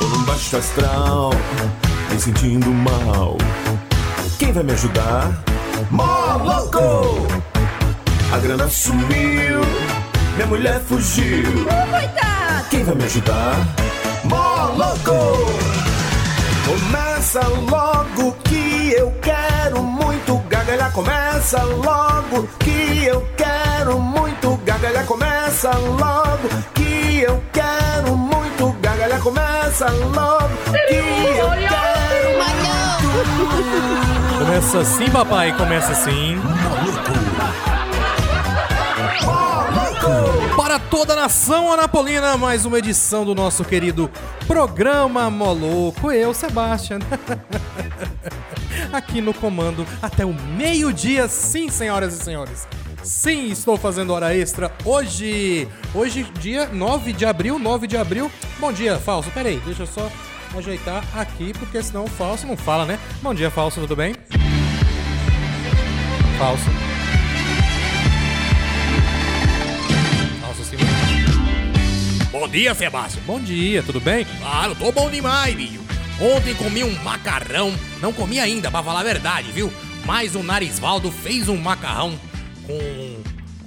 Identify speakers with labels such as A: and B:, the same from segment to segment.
A: Tô num baixo astral, me sentindo mal. Quem vai me ajudar? Moloco! A grana sumiu, minha mulher fugiu.
B: Coitado!
A: Quem vai me ajudar? Moloco! Começa logo que eu quero muito gargalhar. Começa logo que eu quero muito gargalhar. Começa logo que eu quero muito gargalhar. Começa logo que eu quero
C: Começa assim, papai, começa assim. Para toda a nação anapolina, mais uma edição do nosso querido programa Moloco. Eu, Sebastian. Aqui no comando até o meio-dia, sim, senhoras e senhores. Sim, estou fazendo hora extra hoje. Hoje, dia 9 de abril, 9 de abril. Bom dia, Falso. Peraí, deixa eu só ajeitar aqui, porque senão o Falso não fala, né? Bom dia, Falso, tudo bem? Falso. Falso, sim.
D: Bom dia, Sebastião.
C: Bom dia, tudo bem?
D: Claro, tô bom demais, bicho. Ontem comi um macarrão. Não comi ainda, pra falar a verdade, viu? Mas o Narisvaldo fez um macarrão com.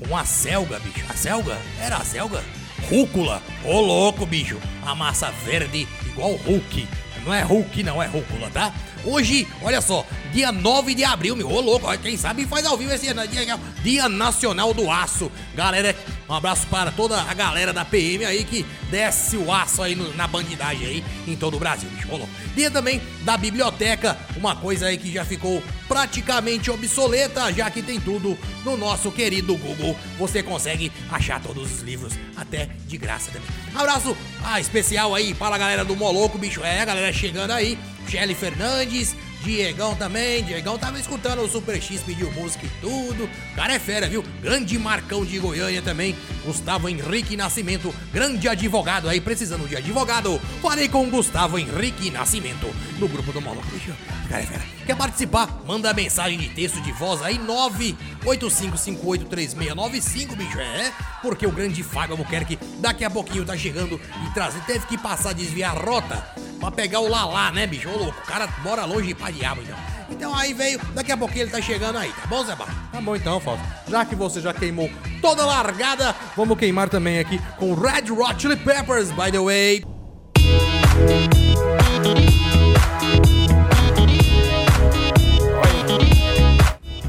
D: com a selga, bicho. A selga? Era a selga? Rúcula. Ô louco, bicho. A massa verde igual Hulk. Não é Hulk, não, é rúcula, tá? Hoje, olha só, dia 9 de abril, meu. Ô louco, ó, quem sabe faz ao vivo esse ano, dia, né? dia Nacional do Aço. Galera, um abraço para toda a galera da PM aí que desce o aço aí no- na bandidagem aí em todo o Brasil, bicho. Ô louco. Dia também da biblioteca, uma coisa aí que já ficou praticamente obsoleta, já que tem tudo no nosso querido Google. Você consegue achar todos os livros até de graça também. Abraço ah, especial aí para a galera do Moloco, bicho. É, a galera chegando aí. Shelly Fernandes, Diegão também. Diegão tava escutando o Super X, pediu música e tudo. O cara é fera, viu? Grande Marcão de Goiânia também. Gustavo Henrique Nascimento, grande advogado aí, precisando de advogado. Falei com o Gustavo Henrique Nascimento, do grupo do Moloco, bicho. O cara é fera. Quer participar? Manda mensagem de texto de voz aí, 985583695, bicho. É, porque o grande Fábio Albuquerque daqui a pouquinho tá chegando e trazendo. Teve que passar, desviar a rota pra pegar o Lalá, né, bicho? Ô louco, o cara mora longe pra diabo, então. Então aí veio, daqui a pouquinho ele tá chegando aí, tá bom, Zé Barro?
C: Tá bom então, Fausto. Já que você já queimou toda a largada, vamos queimar também aqui com Red Hot Chili Peppers, by the way.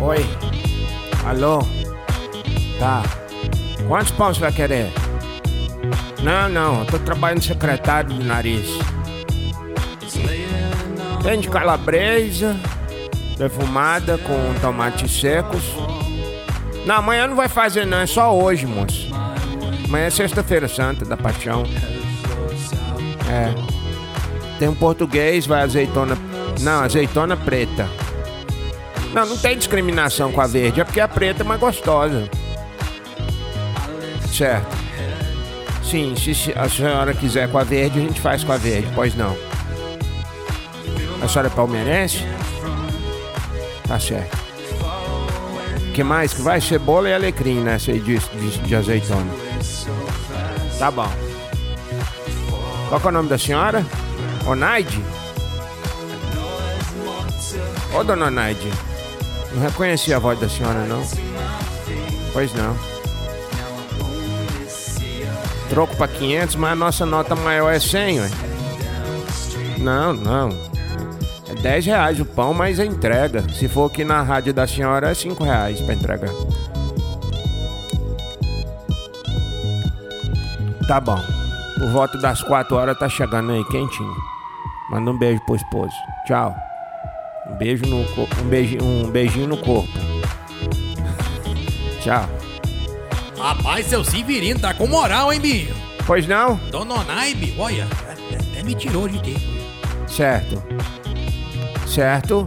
E: Oi. Alô? Tá. Quantos paus vai querer? Não, não, eu tô trabalhando de secretário do nariz. Tem de calabresa, defumada com tomates secos. Não, amanhã não vai fazer não, é só hoje, moço. Amanhã é sexta-feira santa da paixão. É. Tem um português, vai azeitona. Não, azeitona preta. Não, não tem discriminação com a verde, é porque a preta é mais gostosa. Certo. Sim, se se a senhora quiser com a verde, a gente faz com a verde, pois não. A senhora é palmeirense? Tá certo. O que mais? Que vai cebola e alecrim, né? Sei disso, de, de azeitona. Tá bom. Qual que é o nome da senhora? Onaide? Ô, dona Onaide. Não reconheci a voz da senhora, não. Pois não. Troco pra 500, mas a nossa nota maior é 100, ué. Não, não. É 10 reais o pão, mas a entrega. Se for aqui na rádio da senhora, é 5 reais pra entregar. Tá bom. Por volta das 4 horas tá chegando aí quentinho. Manda um beijo pro esposo. Tchau. Um beijo no co- um beijinho, um beijinho no corpo. Tchau.
D: Rapaz, seu Severino tá com moral, hein, bicho?
E: Pois não?
D: Dona Onaibe, olha, até me tirou de tempo.
E: Certo. Certo?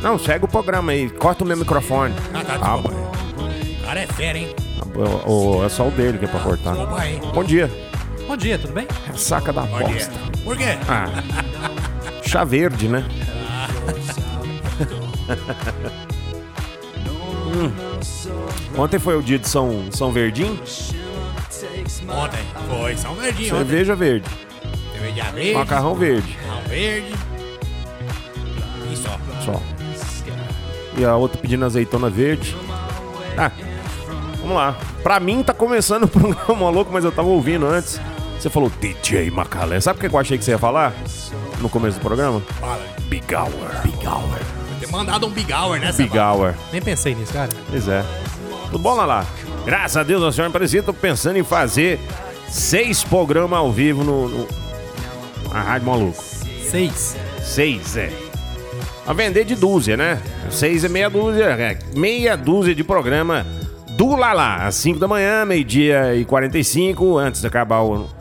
E: Não, segue o programa aí. Corta o meu microfone.
D: Ah, tá,
E: Ah,
D: desculpa. O cara é fera, hein?
A: logo. é só o dele que é pra cortar.
D: Desculpa aí.
E: Bom dia. É
C: Bom dia, tudo bem?
E: Saca da
D: Por quê?
E: bosta.
D: Por quê?
E: Chá verde, né? Hum.
B: Ontem foi o dia de São, São Verdim,
D: Ontem foi São Verdinho, ontem.
B: cerveja verde,
D: Cerveja de abelha,
B: macarrão verde,
D: São Verde. E só.
B: só. E a outra pedindo azeitona verde. Ah, vamos lá. Pra mim tá começando o programa louco, mas eu tava ouvindo antes. Você falou DJ Macalé. Sabe o que eu achei que você ia falar no começo do programa?
D: Fala.
B: Big Hour. Big Hour.
D: Ter mandado um Big Hour nessa.
B: Big Hour.
C: Nem pensei nisso, cara.
B: Pois é. Tudo bom, Lala? Graças a Deus, a senhora parecia. Tô pensando em fazer seis programas ao vivo no, no... na Rádio Maluco.
C: Seis.
B: Seis, é. A vender de dúzia, né? Seis é meia dúzia. É, meia dúzia de programa do Lala. Às cinco da manhã, meio-dia e quarenta e cinco, antes de acabar o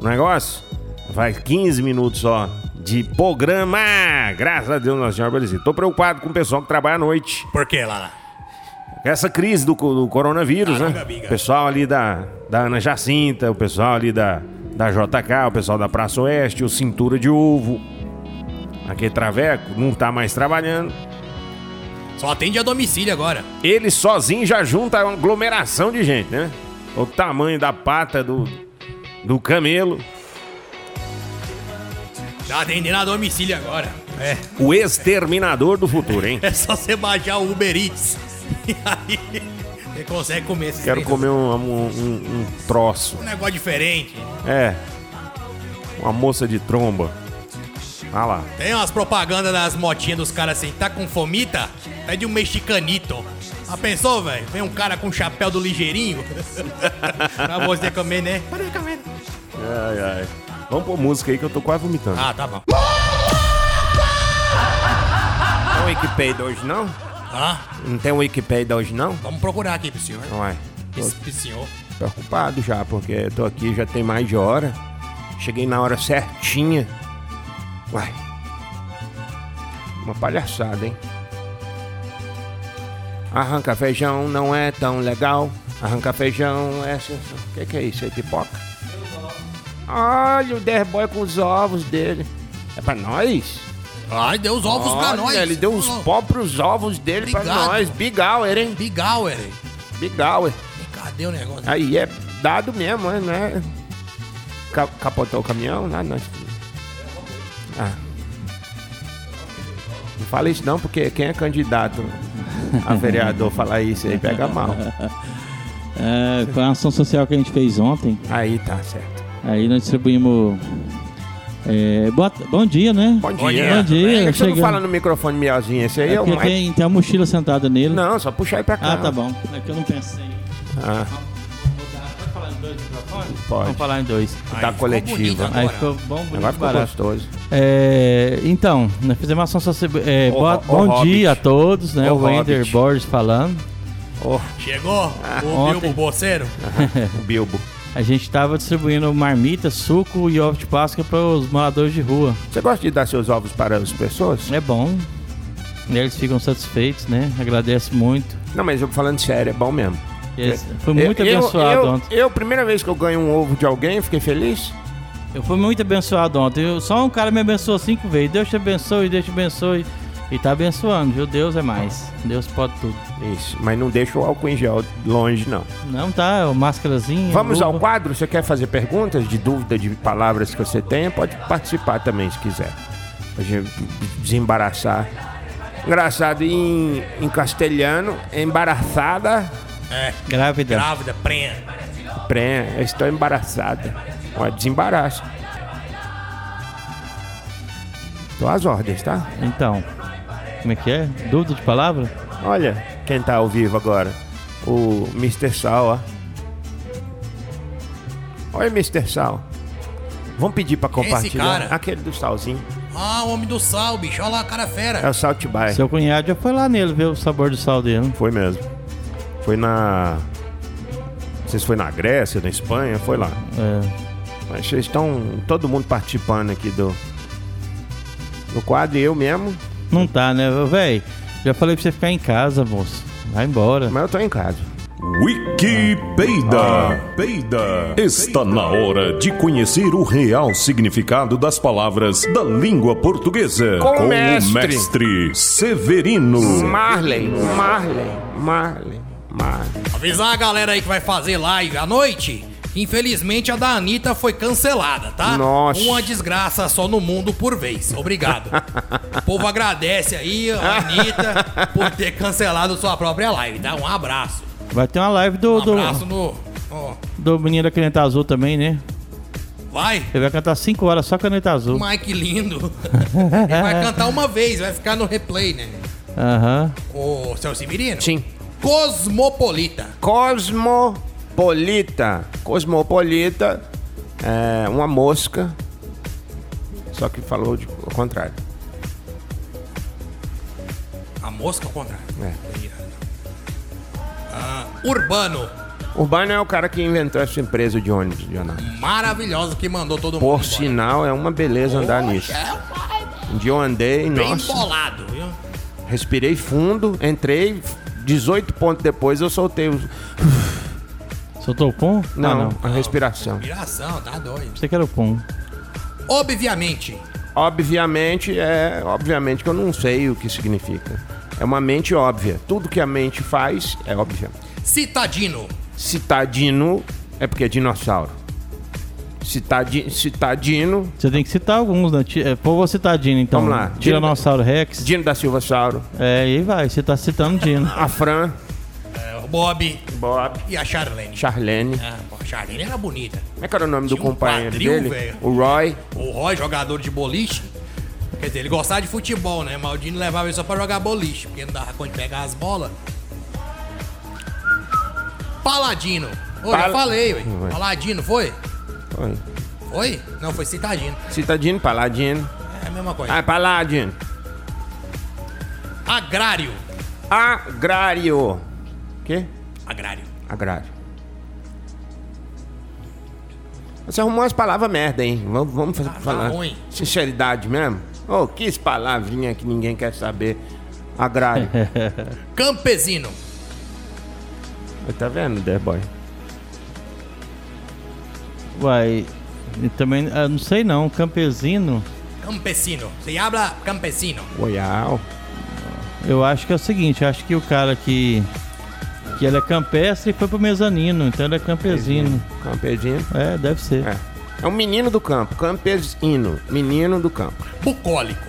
B: o negócio. Vai 15 minutos só de programa. Graças a Deus, Nossa Senhora Aparecida. Tô preocupado com o pessoal que trabalha à noite.
D: Por que, Lala?
B: Essa crise do, co- do coronavírus,
D: Caramba,
B: né?
D: amiga.
B: O pessoal ali da, da Ana Jacinta, o pessoal ali da, da JK, o pessoal da Praça Oeste, o Cintura de Ovo. Aquele traveco não tá mais trabalhando.
D: Só atende a domicílio agora.
B: Ele sozinho já junta uma aglomeração de gente, né? O tamanho da pata do, do camelo.
D: Tá atendendo a domicílio agora. É.
B: O exterminador do futuro, hein?
D: É só você baixar o Uber Eats. E aí você consegue comer esses
B: Quero
D: três.
B: comer um, um, um- um troço.
D: um negócio diferente.
B: É. Uma moça de tromba. Ah lá.
D: Tem umas propagandas das motinhas dos caras assim, tá com fomita? Pede um mexicanito. Ah, pensou, velho? Vem um cara com chapéu do ligeirinho. pra você comer, né? Pode comer.
B: Ai, ai. Vamos pôr música aí que eu tô quase vomitando.
D: Ah, tá bom.
E: Não tem um Wikipedia hoje, não?
D: Ah,
E: Não tem um Wikipedia hoje, não?
D: vamos procurar aqui pro senhor.
E: Ué,
D: Esse pro senhor.
E: preocupado já, porque tô aqui já tem mais de hora. Cheguei na hora certinha. Uai. Uma palhaçada, hein? Arranca feijão não é tão legal. Arranca feijão é. O que, que é isso aí, pipoca? Olha o derboy com os ovos dele. É pra nós?
D: Ai, deu os ovos pra
E: Olha,
D: nós.
E: Ele deu os
D: Falou.
E: próprios ovos dele pra
D: Obrigado.
E: nós. Big Hour, hein?
D: Big Hour. hein?
E: Big Hour.
D: é. Cadê o negócio?
E: Aí é dado mesmo, né? Não é- Ca- Capotou o caminhão? Nada, não. Ah. Não fala isso não, porque quem é candidato a vereador falar isso aí pega mal.
F: É, foi a ação social que a gente fez ontem.
E: Aí tá certo.
F: Aí nós distribuímos. é, boa- bom dia, né?
E: Bom dia.
D: Bom dia.
F: Bom dia,
E: É que você não
F: chegando.
E: fala no microfone miauzinho, esse aí
F: É
E: é o
F: porque
E: mais...
F: tem, tem a mochila sentada nele.
E: Não, só puxar aí pra cá.
F: Ah, tá bom. É que eu não pensei.
E: Ah.
F: Pode falar em dois microfones?
E: Pode.
F: Vamos falar em dois.
D: Ai,
E: Da
D: ficou
E: coletiva.
D: bonito
F: tá né? Aí
D: agora.
F: ficou bom, bonito,
E: Agora ficou
F: barato.
E: gostoso.
F: É, então, nós fizemos uma ação social. é,
E: Ô,
F: boa-
E: Ho- ô,
F: bom dia
E: Hobbit.
F: a todos, né?
E: Ô,
F: o Wender
E: Hobbit.
F: Borges falando.
D: Chegou o
F: Ah, ontem. É.
D: Bilbo Bolseiro.
E: O Bilbo.
F: A gente tava distribuindo marmita, suco e ovo de Páscoa para os moradores de rua.
E: Você gosta de dar seus ovos para as pessoas?
F: É bom. E Eles ficam satisfeitos, né? Agradece muito.
E: Não, mas eu falando sério, é bom mesmo.
F: Eles- Foi muito
E: Eu- eu-
F: abençoado
E: eu,
F: ontem.
E: Eu, primeira vez que eu ganho um ovo de alguém, eu fiquei feliz.
F: Eu fui muito abençoado ontem. Eu- só um cara me abençoou cinco vezes. Deus te abençoe, Deus te abençoe. E tá abençoando, viu? Deus é mais. Deus pode tudo.
E: Isso, mas não deixa o álcool em gel longe, não.
F: Não tá, o máscarazinho.
E: Vamos
F: luva.
E: ao quadro? Você quer fazer perguntas de dúvida de palavras que você tenha? Pode participar também, se quiser. Pra gente desembaraçar. Engraçado, em, em castelhano, embaraçada,
D: É,
F: Grávida.
D: grávida, prenha.
E: pré, eu é estou embaraçada. Ó, desembaraço. Tô às ordens, tá?
F: Então. Como é que é? Dúvida de palavra?
E: Olha quem tá ao vivo agora. O Mr. Sal, ó. Olha, Mr. Sal. Vamos pedir pra
D: é esse
E: compartilhar.
D: cara?
E: Aquele do salzinho.
D: Ah, o homem do sal, bicho. Olha lá a cara fera.
E: É o Salt Bai.
F: Seu cunhado já foi lá nele ver o sabor do sal dele.
B: Foi mesmo. Foi na. Não sei se foi na Grécia, na Espanha, foi lá.
F: É.
E: Mas vocês estão. Todo mundo participando aqui do. Do quadro e eu mesmo.
F: Não tá, né? Ô, Véi, já falei pra você ficar em casa, moço. Vai embora.
E: Mas eu tô em casa.
G: Wiki Peida. Peida. Está na hora de conhecer o real significado das palavras da língua portuguesa
E: Com o mestre.
G: mestre Severino.
E: Marley, Marley, Marley, Marley.
D: Avisar a galera aí que vai fazer live à noite. Infelizmente a da Anitta foi cancelada, tá?
E: Nossa.
D: Uma desgraça só no mundo por vez. Obrigado. o povo agradece aí a Anitta por ter cancelado sua própria live, tá? Um abraço.
F: Vai ter uma live do,
D: Um
F: do,
D: abraço no. ó,
F: do menino da caneta azul também, né?
D: Vai!
F: Ele vai cantar 5 horas só caneta azul.
D: Mike lindo. Ele vai cantar uma vez, vai ficar no replay, né?
F: Aham.
D: Ô, seu Severino?
E: Sim.
D: Cosmopolita.
E: Cosmopolita. Cosmopolita é uma mosca. Só que falou de, ao contrário.
D: A mosca ao contrário.
E: É.
D: Ah, urbano.
E: Urbano é o cara que inventou essa empresa de ônibus, Leonardo.
D: Maravilhoso que mandou todo mundo.
E: Por
D: embora.
E: sinal, é uma beleza andar
D: Poxa,
E: nisso.
D: É um
E: Um dia eu andei,
D: bem
E: nossa,
D: bolado, viu?
E: respirei fundo, entrei, 18 pontos depois eu soltei os.
F: Soltou o pum? Ah,
E: Não,
F: não.
E: a respiração.
D: Viração, tá doido.
F: Você que era o pum.
D: Obviamente.
E: Obviamente, é. Obviamente que eu não sei o que significa. É uma mente óbvia. Tudo que a mente faz é óbvio.
D: Citadino.
E: Citadino tá é porque é dinossauro. tá Citadi, citadino.
F: Você tem que citar alguns, né? Ti- é, Pô, vou citar Dino, então.
E: Vamos lá.
F: Tiranossauro Rex.
E: Dino da Silva Sauro.
F: É, e vai. Você tá citando Dino.
E: A Fran,
D: é, o Bob
E: Bob,
D: e a Charlene.
E: Charlene.
D: Ah, pô, a Charlene era bonita.
E: Como é que era o nome do
D: Tinha um
E: companheiro
D: quadril,
E: dele?
D: velho.
E: O Roy.
D: O Roy, jogador de boliche. Quer dizer, ele gostava de futebol, né? Maldini levava ele só pra jogar boliche, porque não dava conta de pegar as bolas. Paladino. Ô, já
E: Pal-
D: falei, ué.
E: Ué.
D: Paladino, foi?
E: Oi. tá
D: Foi? Não, foi Citadino.
E: Citadino, Paladino.
D: É a mesma coisa.
E: Ah, Paladino. Ah.
D: Agrário.
E: Agrário. Quê?
D: Agrário.
E: Agrário. Você arrumou as palavras merda, hein? Vamos, vamos fazer,
D: tá
E: falar.
D: ruim.
E: Sinceridade mesmo? Ô, que palavrinha que ninguém quer saber. Agrário.
D: Campesino.
E: tá vendo, The Boy?
F: Uai. e Também, ah, não sei não, campesino,
D: Campesino. Se habla campesino.
E: Goial.
F: eu acho que é o seguinte, eu acho que o cara que que ele é campestre e foi pro mezanino, então ele é campesino.
E: Campesino.
F: É, deve ser.
E: É. É um menino do campo. Campesino. Menino do campo.
D: Bucólico.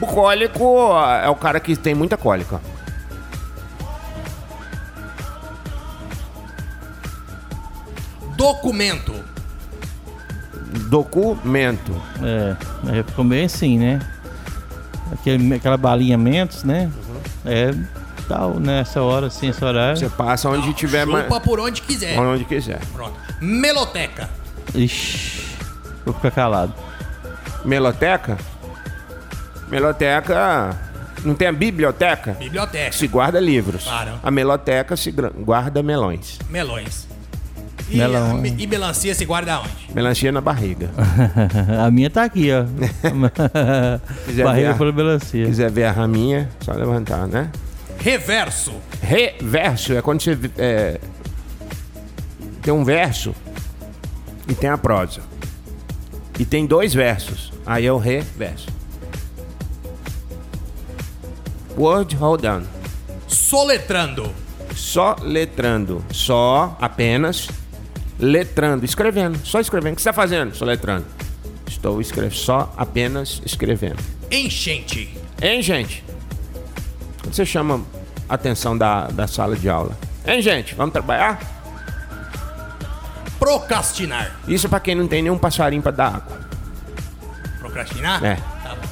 E: Bucólico ó, é o cara que tem muita cólica.
D: Documento.
E: Documento.
F: É, é ficou meio assim, né? Aquele, aquela balinha Mentos, né? É tal, nessa hora, assim, esse horário.
E: Você passa onde tiver mais.
D: Chupa por onde quiser.
E: Onde quiser.
D: Pronto. Meloteca.
F: Ixi, vou ficar calado.
E: Meloteca? Meloteca. Não tem a biblioteca?
D: Biblioteca.
E: Se guarda livros.
D: Claro.
E: A meloteca se gra- guarda melões.
D: Melões. E,
F: Melão.
D: e melancia se guarda onde?
E: Melancia na barriga. Se
F: A minha tá aqui, ó.
E: Quiser
F: Barriga
E: ver.
F: pela melancia.
E: quiser ver a raminha, só levantar, né?
D: Reverso.
E: Reverso é quando você. é, tem um verso e tem a prosa. E tem dois versos. Aí é o reverso. Word hold on.
D: Soletrando.
E: Só letrando. Só, apenas, letrando. Escrevendo. Só escrevendo. O que você está fazendo? Só letrando. Estou escrevendo. Só, apenas, escrevendo.
D: Enchente.
E: Hein, gente? Quando você chama a atenção da, da sala de aula. Hein, gente? Vamos trabalhar?
D: Procrastinar.
E: Isso é pra quem não tem nenhum passarinho pra dar água.
D: Procrastinar?
E: É.
D: Tá bom.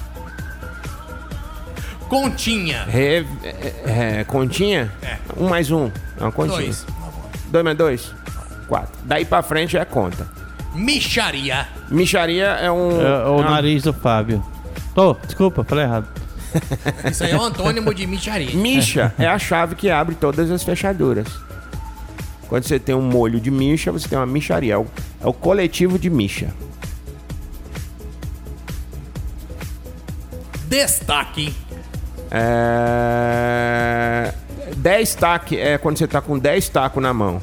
D: Continha.
E: Re, é, é, continha?
D: É.
E: Um mais um. É uma continha.
D: Dois.
E: Dois mais dois? Quatro. Daí pra frente é conta.
D: Micharia.
E: Micharia é um.
F: É, o
E: é uma-
F: nariz do Fábio. Ô, desculpa, falei errado.
D: Isso aí é um antônimo de micharia.
E: Micha é a chave que abre todas as fechaduras. Quando você tem um molho de micha, você tem uma micharia. É o, é o coletivo de micha.
D: Destaque.
E: É... 10 tacos. É quando você tá com 10 tacos na mão.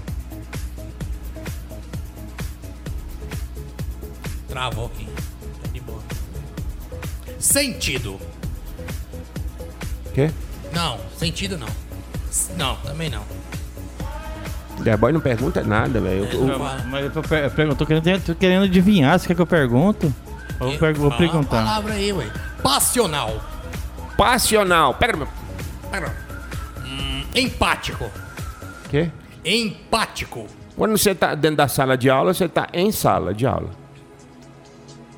D: Travou aqui. Tá de boa. Sentido.
E: Quê?
D: Não, sentido não. S- Não, também não.
E: The Boy não pergunta nada, velho. Eu- eu-
D: Fala-
F: Mas eu, per- eu pergunto, tô querendo, tô querendo adivinhar, você quer que eu pergunto? Eu vou, per- Então vou
D: Fala uma
F: perguntar.
D: palavra aí, ué. Passional. Tá
E: Passional. Pera, meu.
D: Hum, empático.
E: Quê?
D: Empático.
E: Quando você tá dentro da sala de aula, você tá em sala de aula.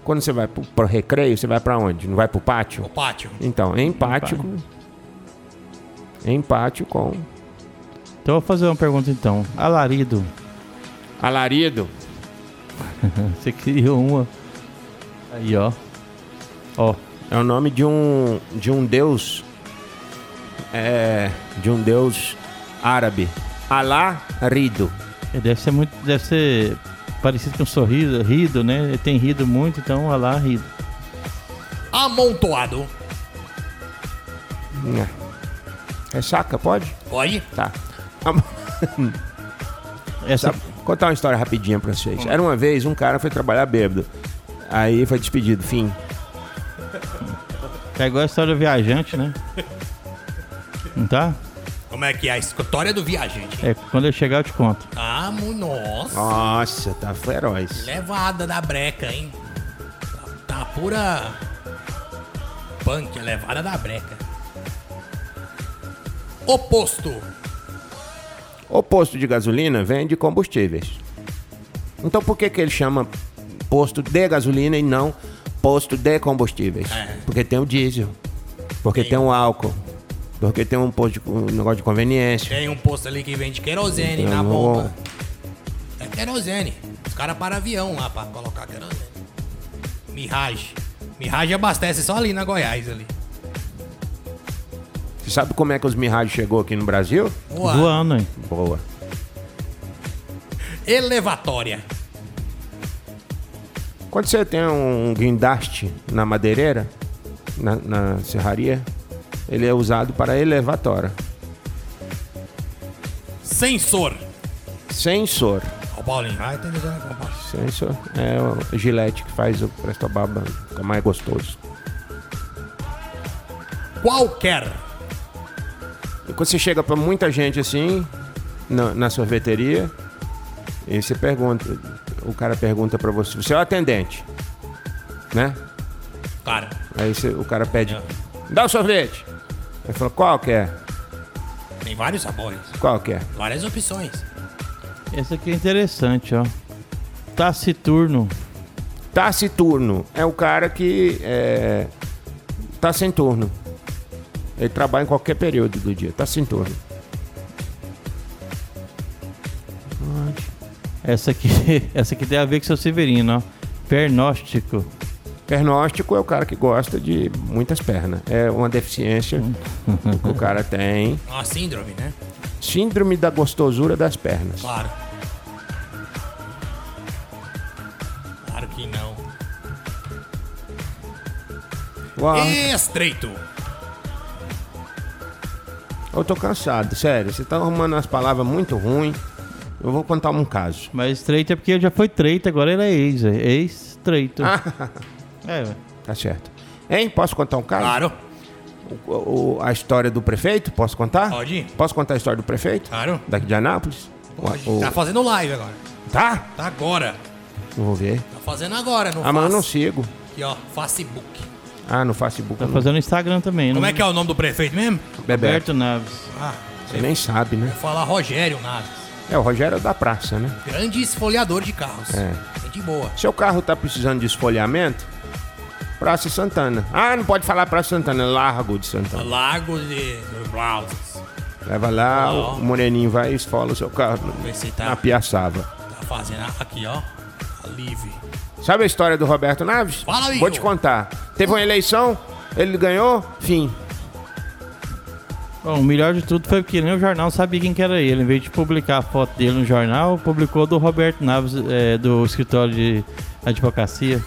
E: Quando você vai pro, pro recreio, você vai pra onde? Não vai pro pátio?
D: Empático.
E: Então, empático. Empático com
F: Então eu vou fazer uma pergunta então. Alarido,
E: alarido.
F: você criou uma. Aí, ó. Ó,
E: É o nome de um de um deus é de um deus árabe. Alarido.
F: é, deve ser muito. Deve ser parecido com um sorriso, rido, né? Ele tem rido muito, então olha lá, rido.
D: Amontoado.
E: É saca, pode?
D: Pode?
E: Tá. Am-
F: Essa.
E: Tá, Vou contar uma história rapidinha pra vocês. Era uma vez, um cara foi trabalhar bêbado. Aí foi despedido, fim.
F: É igual a história do viajante, né? Não tá?
D: Como é que é a história do viajante?
F: É, quando eu chegar eu te conto.
D: Ah, mo- nossa.
E: Nossa, tá feroz.
D: Levada da breca, hein? Tá, tá pura. Punk, é levada da breca. Oposto.
E: O posto de gasolina vende combustíveis. Então por que, que ele chama posto de gasolina e não posto de combustíveis?
D: É.
E: Porque tem o diesel, porque tem o álcool, porque tem um posto de, um negócio de conveniência.
D: Tem um posto ali que vende querosene
E: Tem
D: na
E: um-
D: bomba. É querosene. Os caras param avião lá pra colocar querosene. Mirage. Mirage abastece só ali na Goiás ali.
E: Você sabe como é que os Mirage chegou aqui no Brasil?
D: Boa.
F: Voando, hein?
E: Boa.
D: Elevatória.
E: Quando você tem um guindaste na madeireira, na, na serraria, ele é usado para elevatória.
D: Sensor.
E: Sensor.
D: Ó, O Paulinho. Vai entender né, compadre?
E: Sensor é o gilete que faz o prestobaba ficar é mais gostoso.
D: Qualquer.
E: E quando você chega pra muita gente assim, na, na sorveteria, e você pergunta, o cara pergunta pra você, você é o atendente, né?
D: Cara.
E: Aí você- o cara pede, dá o sorvete. Aí fala, qual que é?
D: Tem vários sabores.
E: Qual que é?
D: Várias opções.
F: Esse aqui é interessante, ó. Taciturno.
E: Taciturno é o cara que é, tá sem turno. Ele trabalha em qualquer período do dia, tá sem turno.
F: Essa aqui, essa aqui tem a ver com seu Severino, ó. Pernóstico.
E: Pernóstico é o cara que gosta de muitas pernas. É uma deficiência que o cara tem.
D: Uma síndrome, né?
E: Síndrome da gostosura das pernas.
D: Claro. Claro que não.
E: Uau,
D: Estreito.
E: eu tô cansado, sério. Você tá arrumando umas palavras muito ruins. Eu vou contar um caso.
F: Mas estreito é porque ele já foi treito, agora ele é ex. é Ex-treito.
D: Ah.
F: É, ué.
E: Tá certo. Hein? Posso contar um caso?
D: Claro.
E: O- o- a história do prefeito? Posso contar?
D: Pode.
E: Posso contar a história do prefeito?
D: Claro.
E: Daqui de Anápolis? O- o-
D: Tá fazendo live agora.
E: Tá?
D: Tá agora.
E: Eu vou ver.
D: Tá fazendo agora, não
E: Ah, mas eu não
D: faz.
E: sigo.
D: Aqui, ó. Facebook.
E: Ah, no Facebook.
F: Tá
E: eu não-
F: fazendo Instagram também,
D: Como é que é o nome do prefeito mesmo?
E: Bebeto.
F: Roberto Naves.
D: Ah,
E: Você nem sabe, né?
D: vou falar Rogério Naves.
E: É, o Rogério é da praça, né?
D: Grande esfoliador de carros.
E: É.
D: Gente boa.
E: Seu carro tá precisando de esfolhamento? Praça Santana. Ah, não pode falar Praça Santana, Largo de Santana.
D: Lago de de Browns.
E: Leva lá,
D: Não.
E: o Moreninho vai e esfola o seu carro
D: Vê se tá,
E: na Piaçava.
D: tá fazendo. a- Aqui, ó. Tá A Live.
E: Sabe a história do Roberto Naves?
D: Fala, amigo.
E: Vou te contar. Teve uma eleição, ele ganhou, fim.
F: Bom, o melhor de tudo foi que nem o jornal sabia quem que era ele. Em vez de publicar a foto dele no jornal, publicou do Roberto Naves, é, do escritório de advocacia.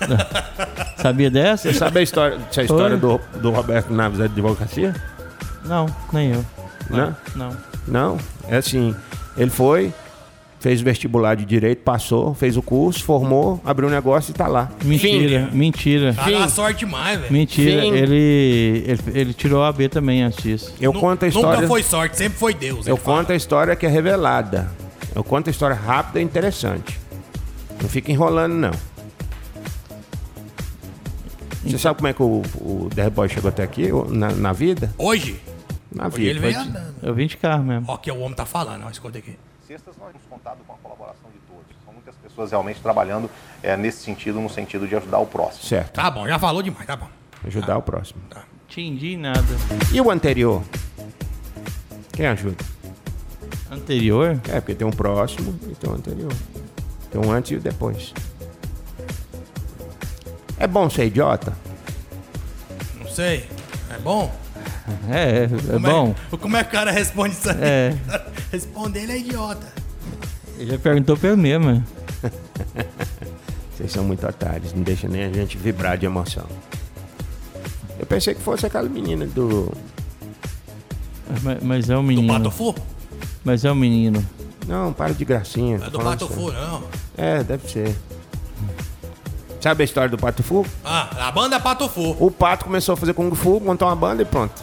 F: sabia dessa?
E: Sabe a história, essa história
F: Oi.
E: do, do Roberto Naves da advocacia?
F: Não, nem eu.
E: é Não?
F: Não.
E: Não, é assim. Ele foi, fez o vestibular de direito, passou, fez o curso, formou, abriu o negócio e tá lá.
F: Mentira, mentira.
D: Tá na sorte demais, velho.
F: Mentira,
E: Sim.
F: ele, ele, ele tirou a AB também antes disso.
E: Eu
D: Nu-
E: conto a história.
D: Nunca foi sorte, sempre foi Deus.
E: Eu
D: ele fala.
E: conto a história que é revelada. Eu conto a história rápida e interessante. Não fica enrolando, não. Você
D: Então.
E: sabe como é que o, o Derry Boy chegou até aqui? o- Na, na vida?
D: Hoje,
E: Na
D: hoje
E: vida.
D: ele vem andando.
F: Eu vim de carro mesmo.
D: Ó, que o homem tá falando, ó, escuta aqui.
H: sextas, nós temos contado com a colaboração de todos. São muitas pessoas realmente trabalhando eh, nesse sentido, no sentido de ajudar o próximo.
E: Certo,
D: Tá bom, já falou demais, tá bom.
E: ajudar o próximo.
F: Entendi nada.
E: E o anterior? Quem ajuda?
F: Anterior?
E: É, porque tem um próximo e tem um anterior. Tem um antes e o depois. É bom ser idiota?
D: Não sei. É bom?
F: É, é, é
D: Como
F: bom.
D: como é que o cara responde isso aí?
F: É.
D: Responder ele é idiota.
F: Ele já perguntou pelo mesmo. né?
E: Vocês são muito otários, não deixa nem a gente vibrar de emoção. Eu pensei que fosse aquela menina do.
F: Mas, mas é um
D: Do
F: menino.
D: Patofu?
F: Mas é um menino.
E: Não, para de gracinha.
D: É do
E: falando sério.
D: Patofu, não.
E: É, deve ser. Sabe a história do Pato Fu?
D: Ah, a banda Patofu.
E: O Pato começou a fazer Kung Fu, montou uma banda e pronto.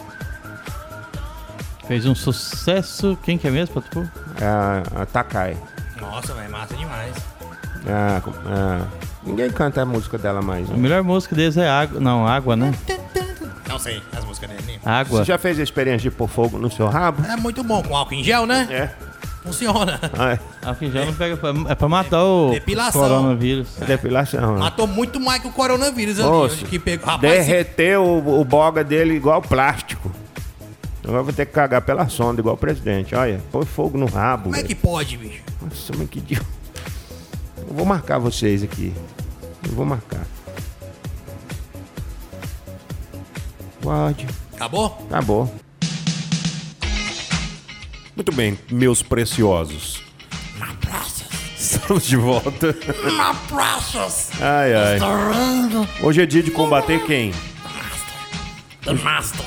F: Fez um sucesso. Quem que é mesmo, Patupu?
E: A, a Takai. É
D: Nossa, velho, massa demais.
E: A- é a- ninguém canta a música dela mais.
F: A
E: Né?
F: melhor música deles é Água. Não, Água, né?
D: Não sei, as músicas dele. nem-
E: Você
F: Água.
E: já fez a experiência de pôr fogo no seu rabo?
D: É muito bom com álcool em gel, né?
E: É.
D: Funciona.
E: Ah, é.
F: A Finjão não pega. pra- É pra matar o
D: Depilação.
F: coronavírus.
E: Depilação. né?
D: Matou muito mais que o coronavírus ali.
E: Nossa,
D: onde que pegou. Rapaz, se-
E: derreteu o, o boga dele igual plástico. Agora vou ter que cagar pela sonda, igual o presidente. Olha, põe fogo no rabo.
D: como é que
E: velho.
D: pode, bicho?
E: Nossa, mas que dia. Eu vou marcar vocês aqui. Eu vou marcar. Guarde.
D: Acabou?
E: Acabou.
G: Muito bem, meus preciosos. Estamos de volta.
D: Na praças
G: Ai, ai. Hoje é dia de combater quem?
D: do Master.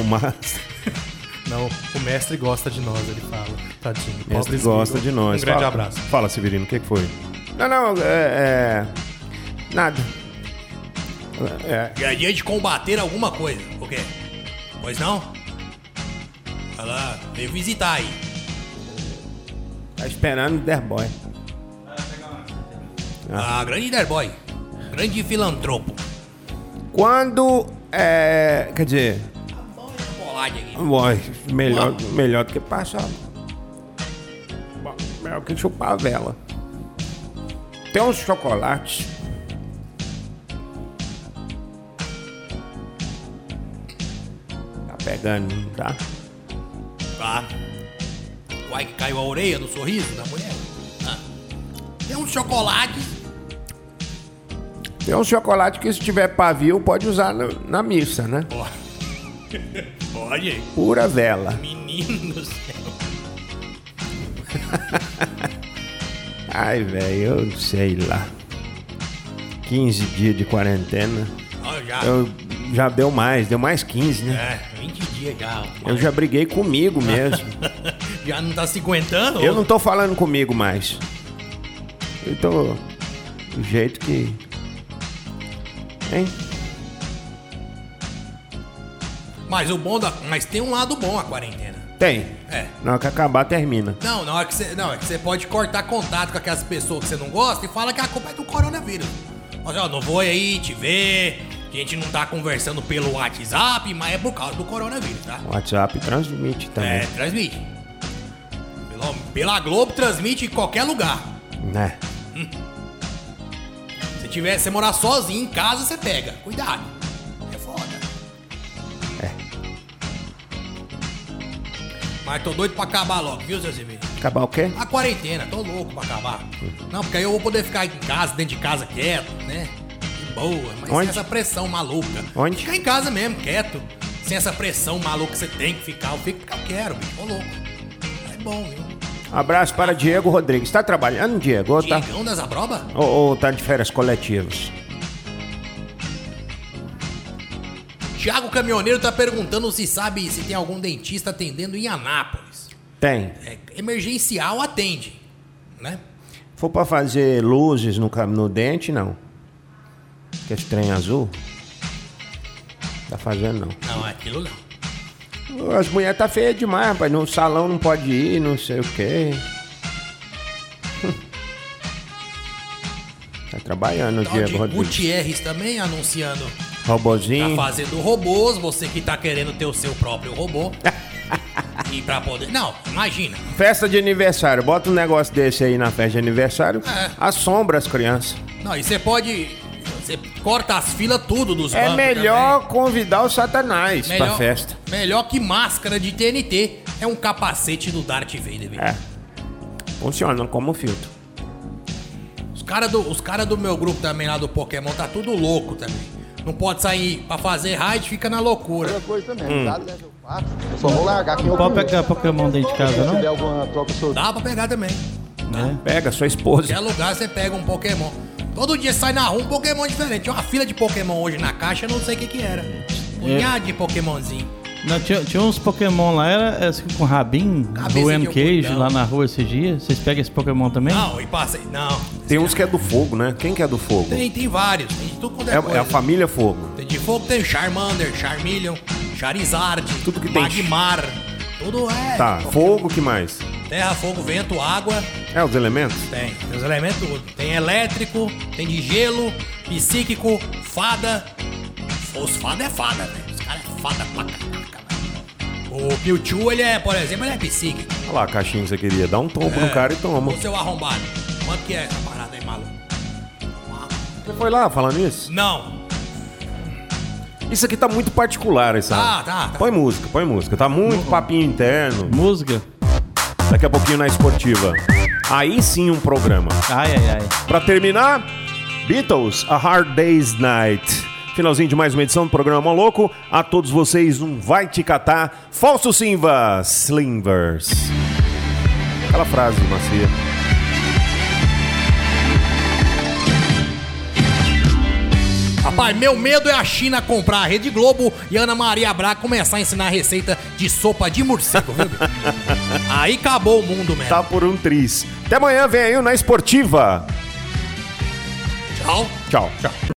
G: O Márcio.
C: Não, o mestre gosta de nós, ele fala. Tadinho.
G: Mestre
C: Pobrezinho.
G: gosta de nós.
C: Um grande
G: Fala-
C: abraço.
G: Fala, Severino, o que que foi?
E: é Não, não, é. é nada. É,
D: E é dia de combater alguma coisa. O quê? Pois não? Vai lá, veio visitar aí.
E: tá esperando o Derboy.
D: Ah, grande Derboy. Grande filantropo.
E: Quando. É. Quer dizer.
D: Bolade aqui.
E: Uai, melhor, melhor do que passar. Bom, Melhor que chupar a vela. Tem uns chocolates. Tá pegando, não tá? Ah.
D: Tá. Ah. Uai, que caiu a orelha no sorriso da mulher. Ah. Tem uns chocolates.
E: Tem uns chocolates que se tiver pavio pode usar na, na missa, né?
D: Ó. Olha,
E: Pura vela.
D: menino do céu.
E: Ai, velho, eu sei lá. 15 dias de quarentena.
D: Olha já.
E: Eu, já deu mais, deu mais 15, né?
D: É, 20 dias já.
E: Eu já briguei comigo mesmo.
D: Já não tá se aguentando?
E: Eu não tô falando comigo mais. Eu tô. Do jeito que. Hein?
D: Mas o bom da. Mas tem um lado bom a quarentena.
E: Tem.
D: É.
E: Na hora que acabar, termina.
D: Não, não é que você. Não, é que você pode cortar contato com aquelas pessoas que você não gosta e fala que a culpa é do coronavírus. Mas ó, não vou aí te ver. A gente não tá conversando pelo WhatsApp, mas é por causa do coronavírus, tá?
E: O WhatsApp transmite também.
D: É, transmite. Pela, pela Globo transmite em qualquer lugar.
E: Né?
D: Se tiver, se você morar sozinho em casa, você pega. Cuidado. É foda. É. Mas tô doido pra acabar logo, viu, seu Severino?
E: Acabar o quê?
D: A quarentena, tô louco pra acabar. Não, porque aí eu vou poder ficar em casa, dentro de casa, quieto, né? De boa, mas
E: Onde?
D: sem essa pressão maluca.
E: Onde?
D: Ficar em casa mesmo, quieto. Sem essa pressão maluca que você tem que ficar. Eu fico porque eu quero, bicho. Tô louco. É bom, viu?
E: Abraço para Diego Rodrigues. Tá trabalhando, Diego? Ou tá,
D: Diegão das Abroba?
E: ou, ou tá de férias coletivas?
D: Tiago Caminhoneiro tá perguntando se sabe se tem algum dentista atendendo em Anápolis.
B: Tem.
D: é, emergencial atende, né?
B: For pra fazer luzes no, cam- no dente, não. Que é trem azul. Tá fazendo, não.
D: Não, é aquilo não.
B: As mulheres tá feia demais, rapaz. No salão não pode ir, não sei o quê. tá trabalhando o
E: é
D: Tal de
B: Diego Rodrigues.
D: Gutierrez também anunciando, tá
B: Robozinho.
D: fazendo robôs, você que tá querendo ter o seu próprio robô. e pra poder. Não, imagina.
B: Festa de aniversário. Bota um negócio desse aí na festa de aniversário.
D: É.
B: Assombra as crianças.
D: Não, e você pode. Você corta as filas tudo dos
B: É
D: bancos
B: melhor convidar o Satanás
D: também. melhor
B: pra festa.
D: Melhor que máscara de TNT. É um capacete do Darth Vader, velho.
B: É. Funciona como filtro.
D: Os caras do, os cara do meu grupo também lá do Pokémon tá tudo louco também. Não pode sair pra fazer raid, fica na loucura.
I: Só vou largar quem eu
F: Pode
I: conheço.
F: pegar é Pokémon dentro de casa,
I: Se
F: não?
I: der alguma troca, eu sou
D: Dá pra pegar também.
B: Pega sua esposa.
D: Qualquer lugar você pega um Pokémon. Todo dia sai na rua um Pokémon diferente. Tinha uma fila de Pokémon hoje na caixa, eu não sei o que que era.
B: É.
D: Punhado de Pokémonzinho.
F: Não, tinha, tinha uns Pokémon lá, era, era assim, com rabinho,
D: Cabeça de
F: roendo
D: algodão.
F: queijo lá na rua esses dias. Vocês pegam esse Pokémon também?
D: Não, e passei. Não.
B: Tem uns que é do fogo, né? Quem que é do fogo?
D: Tem, tem vários. Tem de tudo quanto é,
B: É,
D: coisa.
B: é a família fogo.
D: Tem de fogo, tem Charmander, Charmeleon, Charizard,
B: Tudo que tem.
D: Magmar. Tudo é.
B: Tá,
D: Pokémon.
B: fogo que mais?
D: Terra, fogo, vento, água.
B: É os elementos?
D: Tem, tem os elementos tudo. Tem elétrico, tem de gelo, psíquico, fada. Os fada é fada, velho. Os caras é fada pra caraca, velho. O Pichu, ele é, por exemplo, ele é psíquico.
B: Olha lá, caixinha que você queria. Dá um tombo no cara e toma.
D: Ô, seu arrombado, quanto que é essa parada aí, maluco?
B: Você foi lá falando isso?
D: Não.
B: Isso aqui tá muito particular, essa.
G: Ah.
D: Tá, tá, tá.
B: Põe música, põe música. Tá muito papinho interno.
F: Música?
B: Daqui a pouquinho na esportiva. Aí sim um programa.
F: Ai, ai, ai.
B: Pra terminar, Beatles, A Hard Day's Night. Finalzinho de mais uma edição do programa Mó Louco. A todos vocês, um vai te catar. Falso Simva, Slimvers. Aquela frase, Macia.
D: Rapaz, meu medo é a China comprar a Rede Globo e Ana Maria Braga começar a ensinar a receita de sopa de morcego, viu? bicho? aí acabou o mundo, mesmo.
B: Tá por um triz. Até amanhã, vem aí o na esportiva.
D: Tchau.
B: Tchau. Tchau.